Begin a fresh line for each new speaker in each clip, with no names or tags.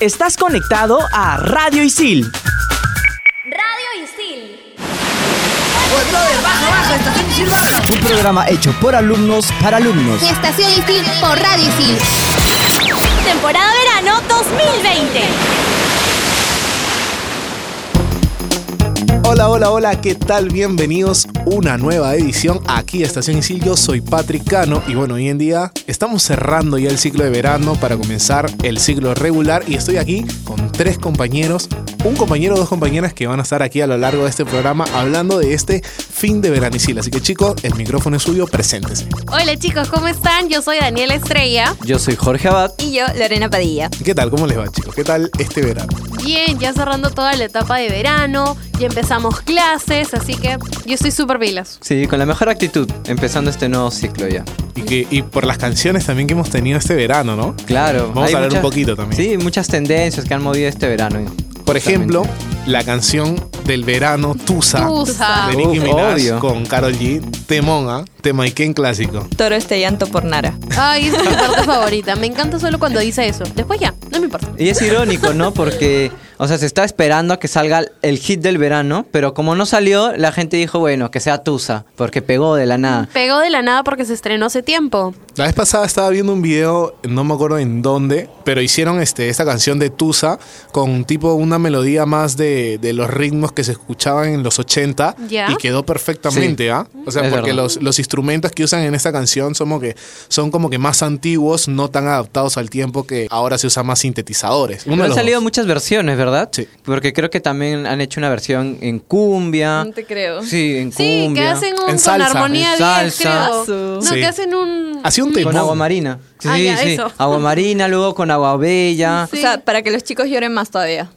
Estás conectado a Radio Isil.
Radio Isil.
baja, baja, estación Isil, baja.
Un programa hecho por alumnos para alumnos.
Estación Isil por Radio Isil.
Temporada verano 2020.
Hola, hola, hola, ¿qué tal? Bienvenidos a una nueva edición aquí a Estación Isil. Yo soy Patrick Cano y bueno, hoy en día estamos cerrando ya el ciclo de verano para comenzar el ciclo regular y estoy aquí con tres compañeros, un compañero o dos compañeras que van a estar aquí a lo largo de este programa hablando de este fin de verano Isil. Así que chicos, el micrófono es suyo, preséntense.
Hola chicos, ¿cómo están? Yo soy Daniela Estrella.
Yo soy Jorge Abad.
Y yo, Lorena Padilla.
¿Qué tal? ¿Cómo les va chicos? ¿Qué tal este verano?
Bien, ya cerrando toda la etapa de verano, ya empezamos clases, así que yo estoy súper pilas.
Sí, con la mejor actitud, empezando este nuevo ciclo ya.
Y, que, y por las canciones también que hemos tenido este verano, ¿no?
Claro.
Vamos a
hay
hablar un
muchas-
poquito también.
Sí, muchas tendencias que han movido este verano.
Por ejemplo,
Justamente.
la canción del verano, Tusa.
Tusa.
De Nicki
Uf,
Minaj
obvio.
con Karol G. ¿ah? Temona, tema Iken clásico.
Toro este llanto por Nara.
Ay, esa es mi parte favorita. Me encanta solo cuando dice eso. Después ya, no me importa.
Y es irónico, ¿no? Porque, o sea, se está esperando a que salga el hit del verano, pero como no salió, la gente dijo, bueno, que sea Tusa, porque pegó de la nada.
Pegó de la nada porque se estrenó hace tiempo.
La vez pasada estaba viendo un video, no me acuerdo en dónde, pero hicieron este, esta canción de Tusa con tipo una melodía más de, de los ritmos que se escuchaban en los 80
Ya.
y quedó perfectamente,
Sí.
¿ah? O sea,
Es
porque
verdad.
los, los instrumentos que usan en esta canción son como, que, son como que más antiguos, no tan adaptados al tiempo que ahora se usan más sintetizadores. Uno
Pero
de
han
los
salido
dos.
muchas versiones, ¿verdad?
Sí.
Porque creo que también han hecho una versión en cumbia.
No te creo.
Sí, en
Sí,
cumbia.
que hacen un
En
con
salsa.
armonía
En
10,
salsa.
creo. No,
Sí.
que hacen un
Ha sido un
Con
temón.
agua marina. Sí,
Ah, ya,
sí.
eso.
Agua marina, luego con agua bella.
O sea, para que los chicos lloren más todavía.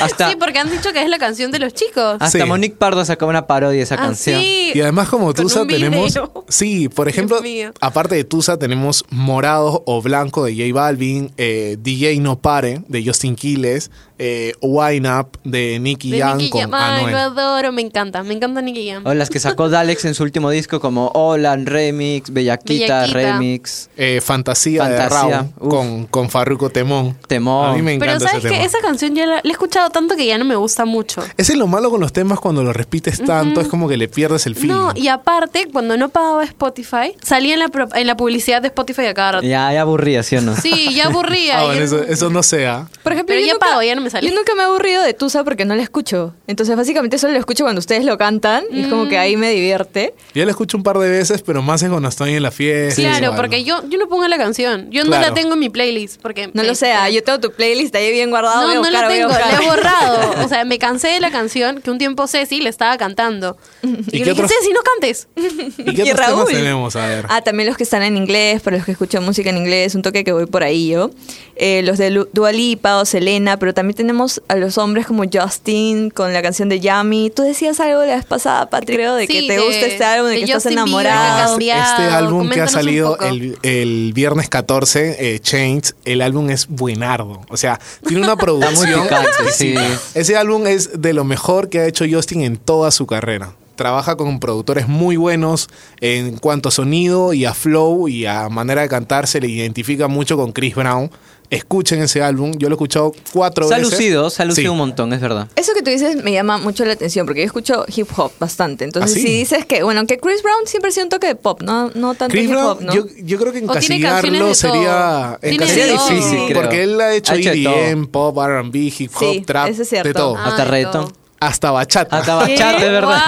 Hasta,
Sí, porque han dicho que es la canción de los chicos.
hasta
Sí.
Monique Pardo sacó una parodia de esa
Ah,
canción.
Así.
Y además como
Con
Tusa
un video.
tenemos... Sí, por ejemplo,
mío.
aparte de Tusa tenemos Morado o Blanco de J Balvin, eh, DJ No Pare de Justin Quiles, eh, Wine Up de Nicky
De
Young
Nicky
con
Jam. Ay, lo
Anuel.
adoro, me encanta. Me encanta Nicky Jam.
O las que sacó Dalex en su último disco como Hola Remix, Bellaquita,
Bellaquita.
Remix,
Eh, Fantasía,
Fantasía,
de Raúl
uf.
con, con Farruko Temón.
Temón.
A mí me
Pero
encanta
sabes
ese
que
tema.
esa canción ya la, la he escuchado tanto que ya no me gusta mucho.
Ese es lo malo con los temas cuando los repites tanto, es como que le pierdes el feeling.
No, y aparte, cuando no pagaba Spotify, salía en la, pro- en la publicidad de Spotify a cada rato.
Ya, ya aburría, ¿sí o no?
Sí, ya aburría.
Ah,
y
bueno,
era-
eso, eso no sea.
Por ejemplo,
Pero
yo
ya
nunca,
pago, ya no me sale.
Yo nunca me he aburrido de Tusa porque no la escucho. Entonces, básicamente solo la escucho cuando ustedes lo cantan y es como que
Mm.
ahí me divierte.
Yo la escucho un par de veces, pero más es cuando estoy en la fiesta.
claro,
o algo.
porque yo, yo no pongo la canción. Yo no
Claro.
la tengo en mi playlist. porque
No
me-
lo sé, ah, yo tengo tu playlist ahí bien guardado.
No,
voy a
no la
buscar, voy a
tengo, la
buscar.
he borrado. O sea, me cansé de la canción que un tiempo Ceci le estaba cantando. Y,
qué
yo le dije,
otros-
Ceci, no cantes.
¿Y qué
Y
otros temas
Raúl.
tenemos? A ver.
Ah, también los que están en inglés, para los que escuchan música en inglés, un toque que voy por ahí yo. Eh, los de Lu- Dua Lipa o Selena, pero también tenemos a los hombres como Justin con la canción de Yami. Tú decías algo la vez pasada, Patrick, de que
Sí,
te
de-
gusta este álbum, de,
de
que estás
Justin Bieber,
enamorado.
que
este
cambiado.
álbum que ha
Coméntanos un
salido
poco.
el, el viernes 14, eh, Chains, el álbum es buenardo. O sea, tiene una producción.
picante, sí.
exquisita. Ese álbum es de lo mejor que ha hecho Justin en toda su carrera. Trabaja con productores muy buenos en cuanto a sonido y a flow y a manera de cantar. Se le identifica mucho con Chris Brown. Escuchen ese álbum. Yo lo he escuchado cuatro
Se ha
veces.
lucido, se ha lucido
Sí.
un montón, es verdad.
Eso que tú dices me llama mucho la atención porque yo escucho hip hop bastante. Entonces,
¿Ah, sí?
si dices que, bueno, que Chris Brown siempre ha sido un toque de pop, no, no tanto
Chris
hip hop,
Brown,
¿no?
yo, yo creo que
O tiene canciones
encasillarlo
de
sería,
todo. Tiene
encasillar-
de todo. Difícil, creo.
Porque él ha hecho,
Ha hecho de
EDM, pop, R&B, hip hop,
Sí,
trap,
eso es cierto.
de todo.
Hasta
Ay,
reggaetón.
no.
Hasta bachata.
Hasta bachata, es verdad.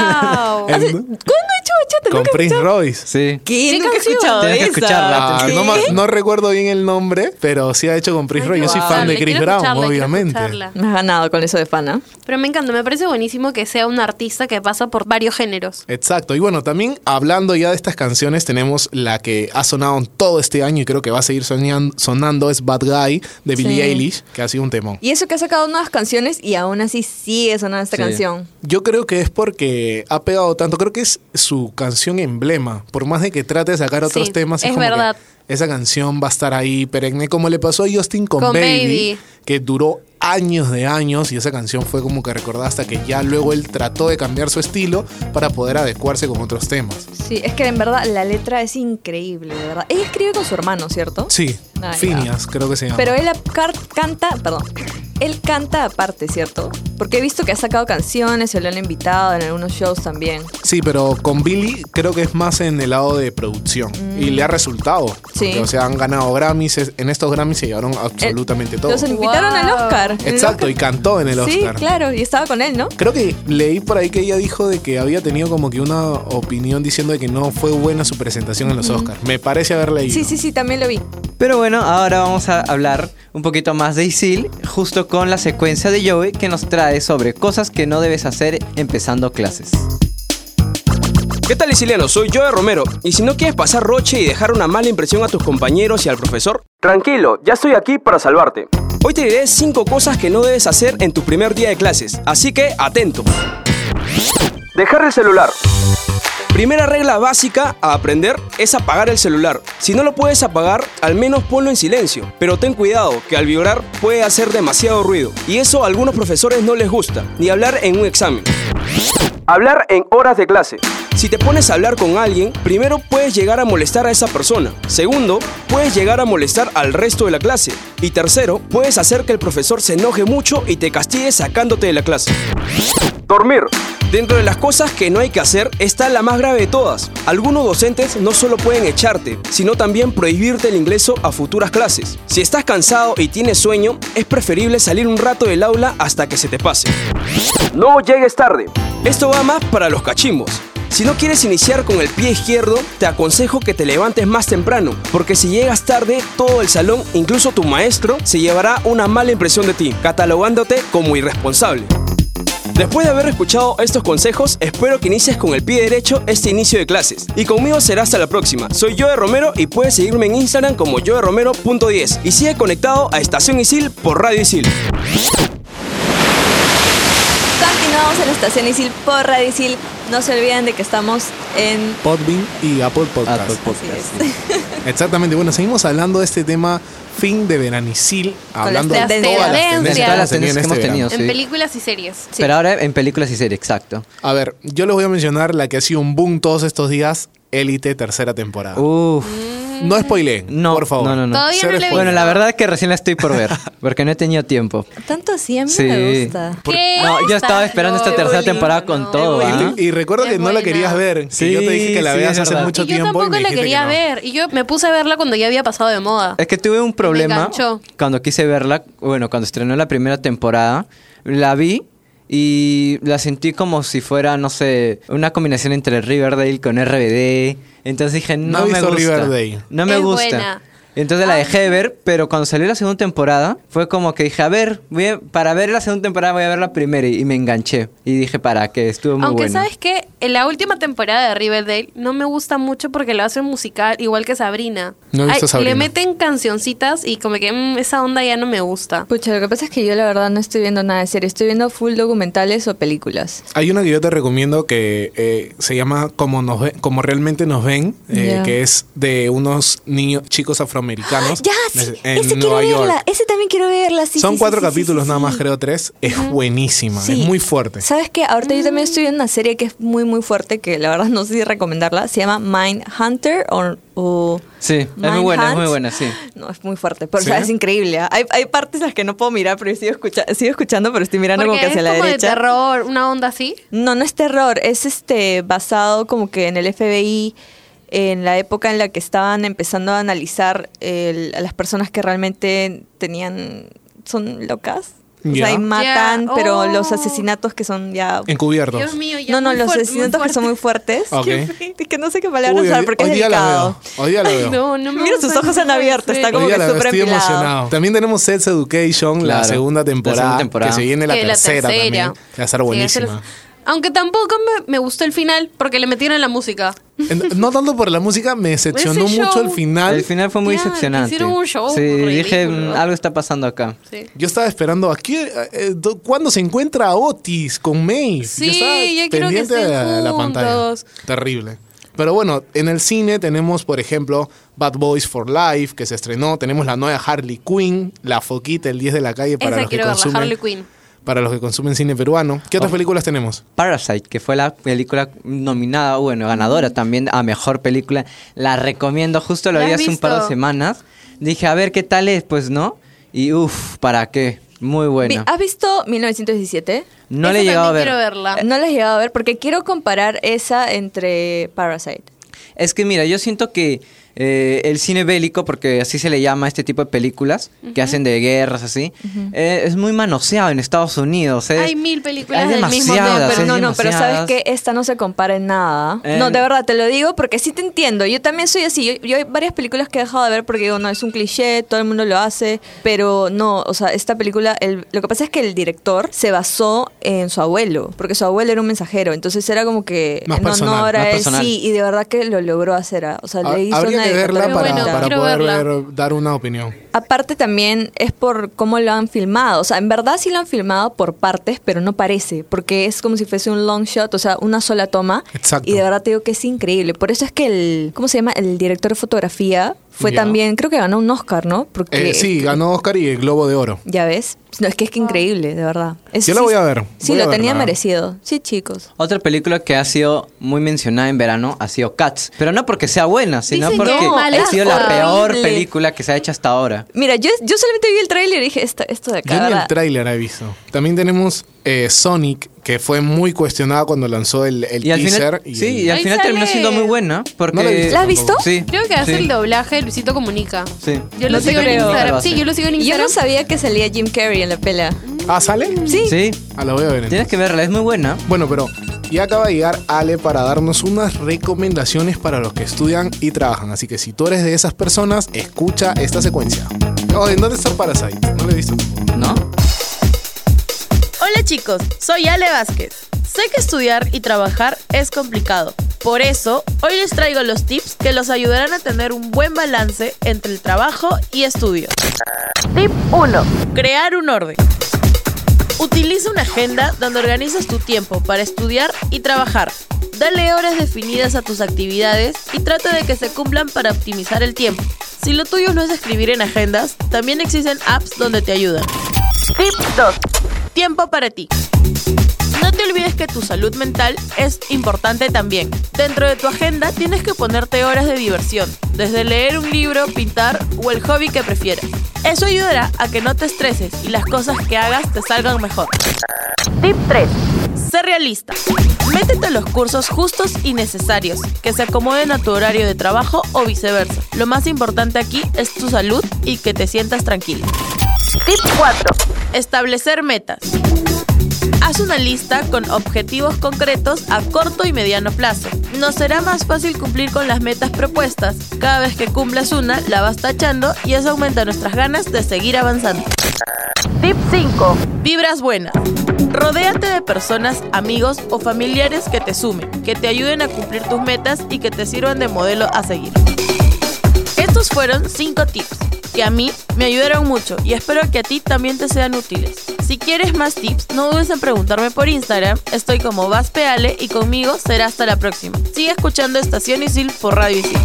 Wow.
En-
Ah, ¿Cuándo he hecho bachata?
con
Nunca he
Prince
escuchado-
Royce.
Sí.
¿Qué?
¿Qué
Nunca he
canción?
escuchado
Tienes que
esa.
escucharla.
Ah,
¿Sí?
no, ma- no recuerdo bien el nombre, pero sí ha hecho con Prince Royce. Yo soy fan de
Quiero
Chris Brown,
escucharla, quiero
obviamente.
escucharla.
Me has ganado con eso de pana.
Pero me encanta, me parece buenísimo que sea un artista que pasa por varios géneros.
Exacto. Y bueno, también hablando ya de estas canciones, tenemos la que ha sonado todo este año y creo que va a seguir soñan- sonando, es Bad Guy de Billie
Sí.
Eilish, que ha sido un temón.
Y eso que ha sacado nuevas canciones y aún así sigue sonando esta
Sí.
canción.
Yo creo que es porque ha pegado tanto. Creo que es su canción emblema. Por más de que trate de sacar otros
Sí,
temas,
es
como que
verdad.
esa canción va a estar ahí perenne, como le pasó a Justin con,
Con
Baby,
Baby.
que duró años de años y esa canción fue como que recordada hasta que ya luego él trató de cambiar su estilo para poder adecuarse con otros temas.
Sí, es que en verdad la letra es increíble, de verdad. Ella escribe con su hermano, ¿cierto?
Sí,
Ah, ya.
Phineas creo que se llama.
Pero él acar- canta, perdón, él canta aparte, ¿cierto? Porque he visto que ha sacado canciones, se lo han invitado en algunos shows también.
Sí, pero con Billy creo que es más en el lado de producción y le ha resultado.
Sí.
porque, o sea, han ganado Grammys, es- en estos Grammys se llevaron absolutamente todo.
Los invitaron al Oscar. En el
Exacto, y cantó en el
Oscar. Sí,
Oscar.
claro, y estaba con él, ¿no?
Creo que leí por ahí que ella dijo de que había tenido como que una opinión diciendo de que no fue buena su presentación en los Oscars. Me parece haber leído.
Sí, sí, sí, también lo vi.
Pero bueno, ahora vamos a hablar un poquito más de Isil, justo con la secuencia de Joey que nos trae sobre cosas que no debes hacer empezando clases.
¿Qué tal, Isileno? Soy Joe Romero. Y si no quieres pasar roche y dejar una mala impresión a tus compañeros y al profesor, tranquilo, ya estoy aquí para salvarte. Hoy te diré 5 cosas que no debes hacer en tu primer día de clases, así que atento. Dejar el celular. Primera regla básica a aprender es apagar el celular. Si no lo puedes apagar, al menos ponlo en silencio. Pero ten cuidado, que al vibrar puede hacer demasiado ruido. Y eso a algunos profesores no les gusta, ni hablar en un examen. Hablar en horas de clase. Si te pones a hablar con alguien, primero puedes llegar a molestar a esa persona. Segundo, puedes llegar a molestar al resto de la clase. Y tercero, puedes hacer que el profesor se enoje mucho y te castigue sacándote de la clase. Dormir. Dentro de las cosas que no hay que hacer está la más grave de todas. Algunos docentes no solo pueden echarte, sino también prohibirte el ingreso a futuras clases. Si estás cansado y tienes sueño, es preferible salir un rato del aula hasta que se te pase. No llegues tarde. Esto va más para los cachimbos. Si no quieres iniciar con el pie izquierdo, te aconsejo que te levantes más temprano, porque si llegas tarde, todo el salón, incluso tu maestro, se llevará una mala impresión de ti, catalogándote como irresponsable. Después de haber escuchado estos consejos, espero que inicies con el pie derecho este inicio de clases. Y conmigo será hasta la próxima. Soy Joe Romero y puedes seguirme en Instagram como joeromero.10 y sigue conectado a Estación Isil por Radio Isil.
Continuamos en la estación Isil por Radio Isil. No se olviden de que estamos en...
Podbean y Apple Podcast.
Apple Podcast, sí.
Exactamente. Bueno, seguimos hablando de este tema fin de veranicil, hablando
las
de todas las
tendencias.
De
tendencias que
todas
hemos
las
tenido en
tendencias que
este
hemos
verano.
tenido,
En
sí.
películas y series.
Pero ahora en películas y series, exacto.
A ver, yo les voy a mencionar la que ha sido un boom todos estos días, Élite tercera temporada.
Uf,
no spoileen,
Uh. no,
Ah. por favor.
no, no, no.
Mm. Todavía no
Cero
le he
Bueno,
visto.
la verdad es que recién la estoy por ver, porque no he tenido tiempo.
Tanto así, a mí
Sí.
me gusta.
¿Qué?
No, yo estaba
Estás
esperando esta
loco.
tercera
Qué
temporada
bonito,
con
no.
todo,
Qué
¿ah?
bonito.
Y, y recuerdo
Es
que no la
buena.
querías ver. que
Sí,
yo te dije que la
sí,
veas
es
hace
verdad.
mucho
Y yo
tiempo. y
tampoco
me
la
dijiste
quería
que no.
ver. Y yo me puse a verla cuando ya había pasado de moda.
Es que tuve un problema
enganchó.
cuando quise verla, bueno, cuando estrenó la primera temporada, la vi y la sentí como si fuera, no sé, una combinación entre Riverdale con RBD. Entonces dije,
No
no,
he
me
visto
gusta.
Riverdale.
No me
Es
gusta.
buena. Ah.
Entonces la dejé de ver, pero cuando salió la segunda temporada fue como que dije, a ver, voy a- para ver la segunda temporada voy a ver la primera y, y me enganché. Y dije, para que estuvo muy
Aunque
bueno.
sabes que en la última temporada de Riverdale no me gusta mucho porque la hacen musical igual que Sabrina.
No he visto Sabrina.
Le meten cancioncitas y como que mm, esa onda ya no me gusta.
Pucha, lo que pasa es que yo la verdad no estoy viendo nada de serie. Estoy viendo full documentales o películas.
Hay una que yo te recomiendo que eh, se llama Como, nos ve- Como realmente nos ven, eh,
Ya.
que es de unos niños chicos afroamericanos
Ya,
des-
sí, ese quiero verla, ese también quiero verla. sí,
Son
sí,
cuatro
sí, sí,
capítulos
sí,
nada
sí.
más, creo tres. Es buenísima,
Sí.
es muy fuerte.
¿Sabes qué? Ahorita yo también estoy viendo una serie que es muy, muy fuerte, que la verdad no sé si recomendarla. Se llama Mind Hunter o... o
Sí, es muy
Mind
buena, es muy
Hunt.
buena, sí.
No, es muy fuerte, pero o
¿Sí?
sea, es increíble. ¿ah? Hay, hay partes las que no puedo mirar, pero yo sigo, escucha- sigo escuchando, pero estoy mirando
Porque
como que
es
hacia la
como
derecha.
de terror, una onda así.
No, no es terror, es este basado como que en el FBI, en la época en la que estaban empezando a analizar el- a las personas que realmente tenían, son locas. O
Ya.
sea, y matan,
Ya,
pero
oh.
los asesinatos que son ya...
Encubiertos.
Dios mío, ya
No, no,
muy
los
fuerte,
asesinatos
muy
que son muy
fuerte.
fuertes.
Ok.
Que, que no sé qué palabra
Uy,
usar
hoy,
porque
hoy
es
día la veo.
delicado.
Hoy día la veo.
No, no me
Mira
gusta,
sus
no
ojos
me
han
gusta.
abierto, está como
Hoy día
que
la veo,
súper
estoy
empilado.
emocionado. También tenemos Sex Education, la
Claro,
segunda
la segunda
temporada,
temporada.
que se viene la
Que
tercera, también.
tercera.
Va a estar
Sí,
buenísima.
esa es- Aunque tampoco me, me gustó el final porque le metieron la música.
En- No tanto por la música, me decepcionó
Ese
mucho
show.
el final.
El final fue muy
Ya,
decepcionante.
hicieron un show
sí,
ridículo.
dije, "Mm, algo está pasando acá.
Sí.
Yo estaba esperando aquí eh, do- cuando se encuentra Otis con May.
Sí,
estaba
yo quiero que estén
a la
juntos.
pantalla. Terrible. Pero bueno, en el cine tenemos, por ejemplo, Bad Boys for Life, que se estrenó. Tenemos la nueva Harley Quinn, La Foquita, El 10 de la calle, para
Esa
los que
quiero verla,
consumen...
Harley Quinn.
Para los que consumen cine peruano. ¿Qué otras
Oh.
películas tenemos?
Parasite, que fue la película nominada, bueno, ganadora también a mejor película. La recomiendo, justo lo
¿La
vi
has
hace un par de
visto?
semanas. Dije, a ver qué tal es, pues no. Y uff, ¿para qué? Muy
Vi-
buena.
¿Has visto 1917?
No
ah, Esa
le he llegado a
también
ver.
quiero verla.
No la he llegado a ver porque quiero comparar esa entre Parasite.
Es que mira, yo siento que eh, el cine bélico, porque así se le llama a este tipo de películas que hacen de guerras así, eh, es muy manoseado en Estados Unidos. es-
Hay mil películas
hay
del mismo tema,
demasiadas,
pero
hay
no, no, pero sabes
demasiadas.
que esta no se compara en nada.
Eh,
no, de verdad, te lo digo porque sí te entiendo. Yo también soy así. Yo, yo hay varias películas que he dejado de ver porque digo, no, es un cliché, todo el mundo lo hace. Pero no, o sea, esta película, el- lo que pasa es que el director se basó en su abuelo, porque su abuelo era un mensajero. Entonces era como que
Más
en
personal,
honor a
más
él,
personal.
sí, y de verdad que lo logró hacer. ah, O sea,
Ha-
le hizo
Habría que
una
verla
dedicatoria
para,
Bueno,
para
quiero
poder
verla.
ver- dar una opinión.
Aparte también es por cómo lo han filmado. O sea, en verdad sí lo han filmado por partes, pero no parece, porque es como si fuese un long shot, o sea, una sola toma.
Exacto.
Y de verdad te digo que es increíble. Por eso es que el, ¿cómo se llama? El director de fotografía fue
Ya.
también, creo que ganó un Oscar, ¿no? Porque
Eh, sí, ganó Oscar y el Globo de Oro.
Ya ves, no, es que es que increíble, de verdad. Es-
Yo la
sí-
voy a ver,
Sí,
voy a
lo tenía
verla.
merecido. Sí, chicos.
Otra película que ha sido muy mencionada en verano ha sido Cats. Pero no porque sea buena, sino
Dicen que
porque
es
ha
mala,
sido la
horrible.
peor película que se ha hecho hasta ahora.
Mira, yo, yo solamente vi el tráiler y dije, esto, esto de acá,
Yo ni el
¿verdad?
tráiler he visto. También tenemos eh, Sonic, que fue muy cuestionada cuando lanzó el, el
Y al final,
teaser. y-
sí, y al
Ahí
final
sale.
terminó siendo muy buena. Porque,
¿No la viste
¿La has visto?
Sí.
Creo que hace
sí,
el doblaje de Luisito Comunica.
Sí.
Yo lo
Luisito
sigo en
Comunica lo
Instagram.
hace.
Sí, yo lo sigo en
Yo
Instagram.
no sabía que salía Jim Carrey en la pela.
Ah, ¿sale?
Sí.
Sí,
Ah, la voy a ver. entonces.
tienes que verla, es muy buena.
Bueno, pero ya acaba de llegar Ale para darnos unas recomendaciones para los que estudian y trabajan. Así que si tú eres de esas personas, escucha esta secuencia. Oh, ¿en dónde está Parasite? No lo he visto.
¿No?
Hola chicos, soy Ale Vázquez. Sé que estudiar y trabajar es complicado. Por eso, hoy les traigo los tips que los ayudarán a tener un buen balance entre el trabajo y estudio. Tip 1. Crear un orden. Utiliza una agenda donde organizas tu tiempo para estudiar y trabajar. Dale horas definidas a tus actividades y trata de que se cumplan para optimizar el tiempo. Si lo tuyo no es escribir en agendas, también existen apps donde te ayudan. Tip 2. Tiempo para ti. No te olvides que tu salud mental es importante también. Dentro de tu agenda tienes que ponerte horas de diversión, desde leer un libro, pintar o el hobby que prefieras. Eso ayudará a que no te estreses y las cosas que hagas te salgan mejor. Tip 3. Sé realista. Métete a los cursos justos y necesarios, que se acomoden a tu horario de trabajo o viceversa. Lo más importante aquí es tu salud y que te sientas tranquilo. Tip 4. Establecer metas. Haz una lista con objetivos concretos a corto y mediano plazo. Nos será más fácil cumplir con las metas propuestas. Cada vez que cumplas una, la vas tachando y eso aumenta nuestras ganas de seguir avanzando. Tip 5. Vibras buenas. Rodéate de personas, amigos o familiares que te sumen, que te ayuden a cumplir tus metas y que te sirvan de modelo a seguir. Estos fueron 5 tips que a mí me ayudaron mucho y espero que a ti también te sean útiles. Si quieres más tips, no dudes en preguntarme por Instagram. Estoy como Vaspeale y conmigo será hasta la próxima. Sigue escuchando Estación Isil por Radio Isil.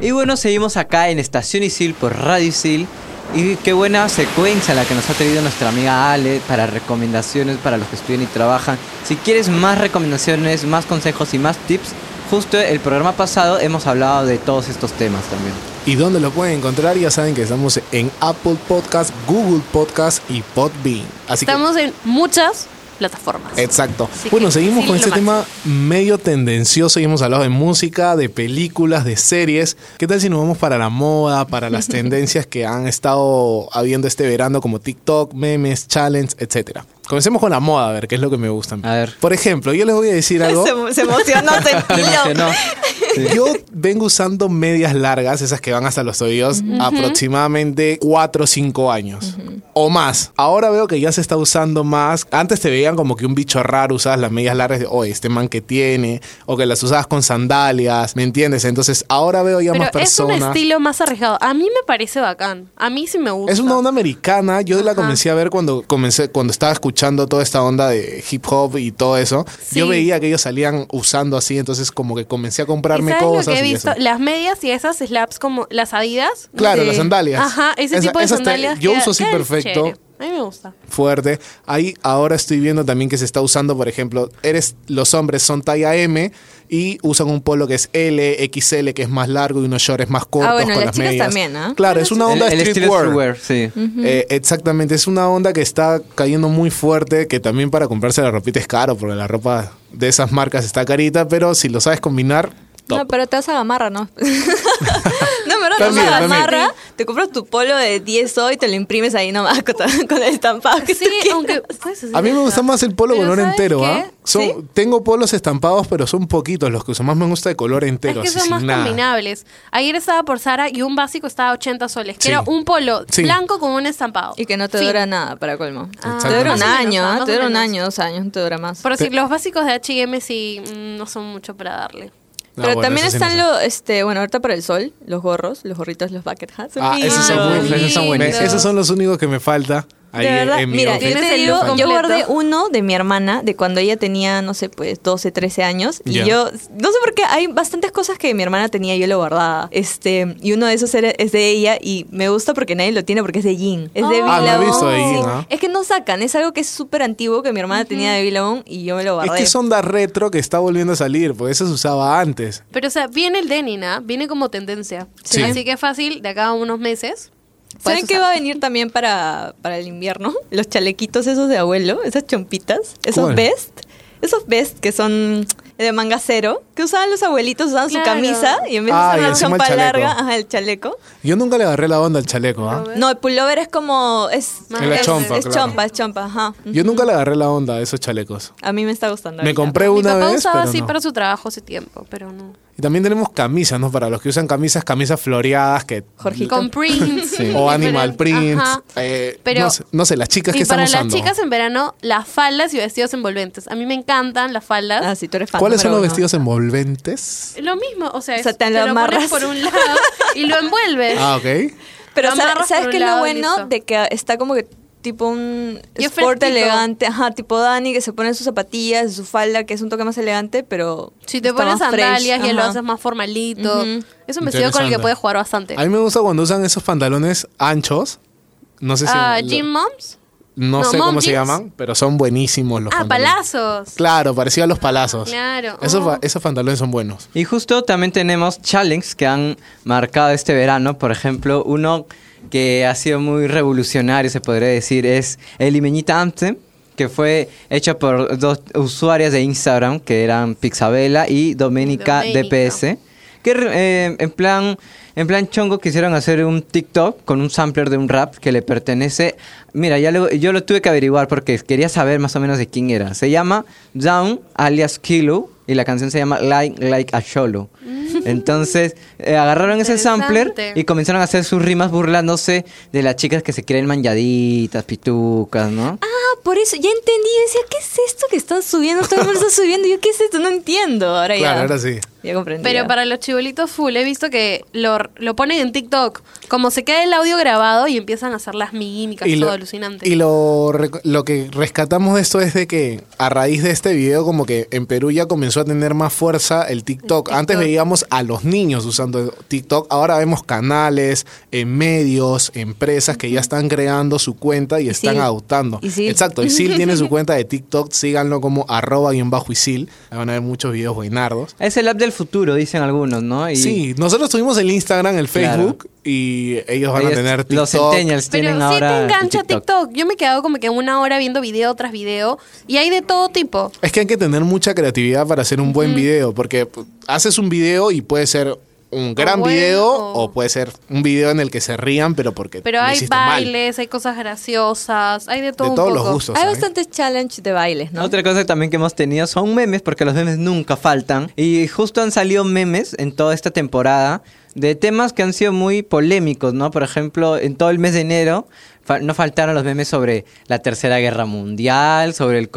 Y bueno, seguimos acá en Estación Isil por Radio Isil. Y qué buena secuencia la que nos ha traído nuestra amiga Ale para recomendaciones para los que estudian y trabajan. Si quieres más recomendaciones, más consejos y más tips, justo el programa pasado hemos hablado de todos estos temas también.
¿Y dónde lo pueden encontrar? Ya saben que estamos en Apple Podcast, Google Podcast y Podbean. Así que Eh,
Estamos en muchas plataformas.
Exacto.
Así
bueno,
que
seguimos
sí,
con
lo
este tema
máximo.
medio tendencioso y hemos hablado de música, de películas, de series. ¿Qué tal si nos vamos para la moda, para las tendencias que han estado habiendo este verano como TikTok, memes, challenge, etcétera? Comencemos con la moda, a ver qué es lo que me gusta. mí.
A ver.
Por ejemplo, yo les voy a decir algo.
Se, se emocionó, se
Te
tranquilo.
emocionó.
Yo vengo usando medias largas, esas que van hasta los oídos, aproximadamente 4 o 5 años o más. Ahora veo que ya se está usando más. Antes te veían como que un bicho raro, usabas las medias largas, de, oh, este man que tiene, o que las usabas con sandalias, ¿me entiendes? Entonces ahora veo ya
Pero
más
es un
personas.
estilo más arriesgado. A mí me parece bacán. A mí sí me gusta.
Es una onda americana. Yo la
Ajá.
comencé a ver cuando comencé, cuando estaba escuchando toda esta onda de hip hop y todo eso.
Sí.
Yo veía que ellos salían usando así, entonces como que comencé a
¿Y
comprarme
sabes
cosas.
lo que he
y
visto?
eso.
Las medias y esas slaps como las adidas.
Claro,
Sí.
las sandalias.
Ajá, ese
Esa-
tipo de
esas te-
sandalias.
yo
queda-
uso así
quedan
perfecto.
chévere. A mí me gusta.
Fuerte. Ahí ahora estoy viendo también que se está usando, por ejemplo, eres los hombres son talla M y usan un polo que es L, XL, que es más largo y unos shorts más
Ah,
cortos
bueno,
con
las
las
chicas
medias.
también, ¿ah?
Claro, es una onda
el, el estilo
streetwear.
streetwear, sí.
Eh, exactamente, es una onda que está cayendo muy fuerte, que también para comprarse la ropita es caro, porque la ropa de esas marcas está carita, pero si lo sabes combinar, top.
No, pero te vas a Gamarra, ¿no? no, pero te vas
También,
a
también.
Gamarra, te compras tu polo de 10 hoy y te lo imprimes ahí nomás con, con el estampado que tú
Sí,
quieras.
aunque puedes hacer
A mí me gusta
eso.
más el polo
pues, Pero
color
¿sabes
entero,
qué?
¿ah? Son-
¿Sí?
Tengo polos estampados, pero son poquitos los que uso. Más me gusta de color entero,
es que
así,
son
sin
más
nada.
combinables. Ayer estaba por Sara y un básico estaba a 80 soles, que
Sí.
era un polo
Sí.
blanco con un estampado.
Y que no te
Fin.
dura nada, para colmo.
Ah. Exacto.
te dura
Más
un
o
menos,
año,
ah,
¿ah?
más
Te
o
dura un
menos.
año, dos años, no te dura más.
Pero si los básicos de H&M sí mm, no son mucho para darle.
No,
Pero
Ah, bueno,
también
eso sí no
están
sé.
los, este, bueno, ahorita para el sol, los gorros, los gorritos, los bucket hats.
Ah, esos son,
Ay,
buenos, esos son
lindo.
buenos. Esos son los únicos que me falta ahí
De verdad,
en mi
mira,
outfit.
yo
¿Tienes
te
el
digo,
look
yo
completo?
guardé uno de mi hermana de cuando ella tenía, no sé, pues 12, 13 años.
Ya.
Y yo, no sé por qué, hay bastantes cosas que mi hermana tenía y yo lo guardaba. Este, y uno de esos era- es de ella y me gusta porque nadie lo tiene porque es de Jean. Es de
Oh. Ah,
lo he
Billabong.
visto de Jean,
Sí.
¿ah?
Es que no sacan, es algo que es súper antiguo que mi hermana tenía de Billabong y yo me lo
Es
guardé.
que es onda retro que está volviendo a salir, porque eso se usaba antes.
Pero o sea, viene el denim, ¿ah? Viene como tendencia.
Sí.
Así que es fácil, de acá a unos meses.
¿Saben
puedes
qué
usar.
va a venir también para, para el invierno? Los chalequitos esos de abuelo, esas chompitas, esos
¿Cuál?
vest, esos vest que son de manga cero, que usaban los abuelitos, usaban
Claro.
su camisa y en vez de
Ah,
usar
y
una
encima el
chompa
chaleco.
larga, ajá, el chaleco.
Yo nunca le agarré la onda al chaleco, ¿ah?
No, el pullover es como... Es,
Es la
es-
chompa,
es
claro.
chompa, es chompa, ajá.
Yo nunca le agarré la onda a esos chalecos.
A mí me está gustando.
Me
ahorita.
compré
Mi
una
papá
vez,
usaba
pero
así
no.
para su trabajo hace tiempo, pero no.
Y también tenemos camisas, ¿no? Para los que usan camisas, camisas floreadas que...
Jorgito.
Con prints.
O
diferentes.
animal prints.
Ajá.
eh,
Pero-
no, sé, no sé, las chicas que
Y
están
para
usando.
las chicas en verano, las faldas y vestidos envolventes. A mí me encantan las faldas.
Ah, sí, tú eres fan
¿Cuáles son los
número uno.
vestidos envolventes?
Lo mismo, o sea,
O sea,
es-
te lo amarras.
pones por un lado y lo envuelves.
Ah, ok.
Pero
Lo
sa-
amarras
¿sabes
por
qué
un
es lo
lado y
bueno?
listo.
De que está como que tipo un
Y es
sport
fresquito.
elegante, ajá, tipo Dani, que se pone sus zapatillas, su falda, que es un toque más elegante, pero...
Si te
está
pones
más fresh,
sandalias ya lo
ajá.
haces más formalito.
Ujú.
Es un vestido con el que
Interesante.
puedes jugar bastante.
A mí me gusta cuando usan esos pantalones anchos. No sé si...
Ah,
lo-
Jean Moms.
no,
no,
sé
mom
cómo se
jeans.
llaman, pero son buenísimos los
Ah,
pantalones.
palazos.
Claro, parecido a los palazos.
Claro.
Esos,
Oh.
pa- esos pantalones son buenos.
Y justo también tenemos challenges que han marcado este verano. Por ejemplo, uno que ha sido muy revolucionario, se podría decir, es el Limeñita Anthem, que fue hecho por dos usuarias de Instagram, que eran Pixabela y Doménica
Doménica.
DPS. este, Que eh, en plan en plan chongo quisieron hacer un TikTok con un sampler de un rap que le pertenece. Mira, ya lo- yo lo tuve que averiguar porque quería saber más o menos de quién era. Se llama Down alias Kilo y la canción se llama Like Like a Sholo. Entonces eh, agarraron ese sampler
Mm. Interesante.
y comenzaron a hacer sus rimas burlándose de las chicas que se creen manchaditas, pitucas, ¿no?
Ah, por eso, ya entendí, yo decía, ¿qué es esto que están subiendo? Todo el mundo está subiendo, yo, ¿qué es esto? No entiendo, ahora ya.
Claro, ahora sí.
Ya comprendí.
Pero
ya.
para los chibolitos full, he visto que lo, lo ponen en TikTok. Como se queda el audio grabado y empiezan a hacer las mímicas, todo alucinante.
y lo rec- lo que rescatamos de esto es de que a raíz de este video como que en Perú ya comenzó a tener más fuerza el TikTok. Antes veíamos a los niños usando TikTok, ahora vemos canales, en medios, empresas que ya están creando su cuenta y están
Isil.
adoptando.
Isil.
Exacto, Isil tiene su cuenta de TikTok, síganlo como arroba y en bajo Isil. Ahí Van a ver muchos videos buenardos.
Es el app del futuro, dicen algunos, ¿no? Y
Sí, nosotros tuvimos el Instagram, el
Claro.
Facebook y ellos van
ellos-
a tener TikTok.
Los centennials tienen
Pero sí
ahora
te engancha
TikTok.
TikTok. Yo me he quedado como que una hora viendo video tras video y hay de todo tipo.
Es que hay que tener mucha creatividad para hacer un buen video, porque p- haces un video y puede ser un gran
bueno.
video o puede ser un video en el que se rían, pero porque
Pero
lo
hay
hiciste mal.
bailes, hay cosas graciosas, hay de todo.
De
un
todos los
poco.
gustos.
Hay
¿sabes?
bastantes challenge de bailes, ¿no?
Otra cosa también que hemos tenido son memes, porque los memes nunca faltan. Y justo han salido memes en toda esta temporada de temas que han sido muy polémicos, ¿no? Por ejemplo, en todo el mes de enero fa- no faltaron los memes sobre la Tercera Guerra Mundial, sobre el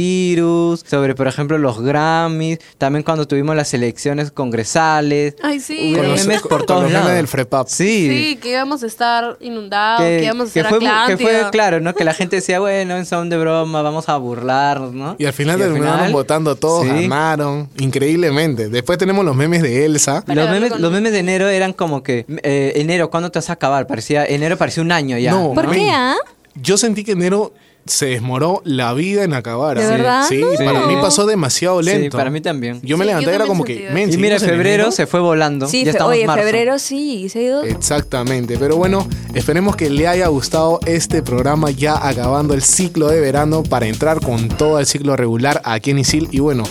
coronavirus, sobre, por ejemplo, los Grammys. También cuando tuvimos las elecciones congresales.
Ay, sí.
Hubo
Con los-
memes
con-
por
con
todos
los memes
lados.
del Frepap.
Sí, que íbamos a estar inundados, que,
Que,
íbamos a
que
estar
fue, mu- que
Atlántida.
fue claro, ¿no? Que la gente decía, bueno, son de broma, vamos a burlarnos, ¿no?
Y al final terminaron
final-
votando todos,
Sí.
ganaron, increíblemente. Después tenemos los memes de Elsa.
Para
Los
darle
memes,
con-
los memes de enero eran como que, eh, enero, ¿cuándo te vas a acabar? Parecía, enero parecía un año ya.
No,
¿Por
no.
qué, ah?
Yo sentí que enero se desmoró la vida en acabar.
¿De
Sí.
verdad?
Sí,
No.
para mí pasó demasiado
Sí,
lento.
para mí también.
Yo me
Sí,
levanté
yo
era
también
como
sentí
que,
eso.
men,
Y mira,
seguimos en
febrero
enero.
se fue volando.
Sí,
ya
fe-
estamos en
oye,
marzo.
febrero sí, se ha ido.
Exactamente, pero bueno, esperemos que le haya gustado este programa ya acabando el ciclo de verano para entrar con todo el ciclo regular aquí en Isil y bueno,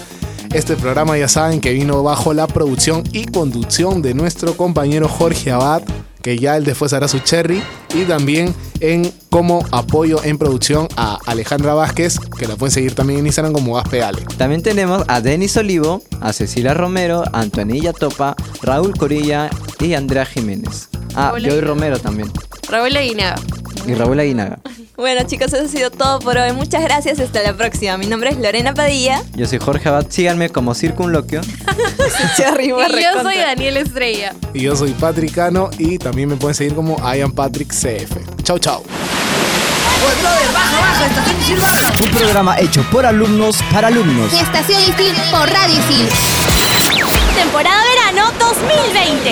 este programa ya saben que vino bajo la producción y conducción de nuestro compañero Jorge Abad, que ya él después hará su cherry y también en como apoyo en producción a Alejandra Vázquez, que la pueden seguir también en Instagram como Vázquez
También tenemos a Denis Olivo, a Cecilia Romero, a Antonilla Topa, Raúl Corilla y Andrea Jiménez. Ah,
Raúl
Joy
Aguinaga.
Romero también.
Raúl Aguinaga.
Y Raúl Aguinaga.
Bueno, chicos, eso ha sido todo por hoy. Muchas gracias. Hasta la próxima. Mi nombre es Lorena Padilla.
Yo soy Jorge Abad. Síganme como Circunloquio.
Cherry
Y yo
Barreconta.
soy Daniel Estrella.
Y yo soy Patrick Cano y también me pueden seguir como Ian Patrick CF. Chau, chau.
Un programa hecho por alumnos para alumnos.
Estación Isil por Radio Isil.
Temporada verano 2020.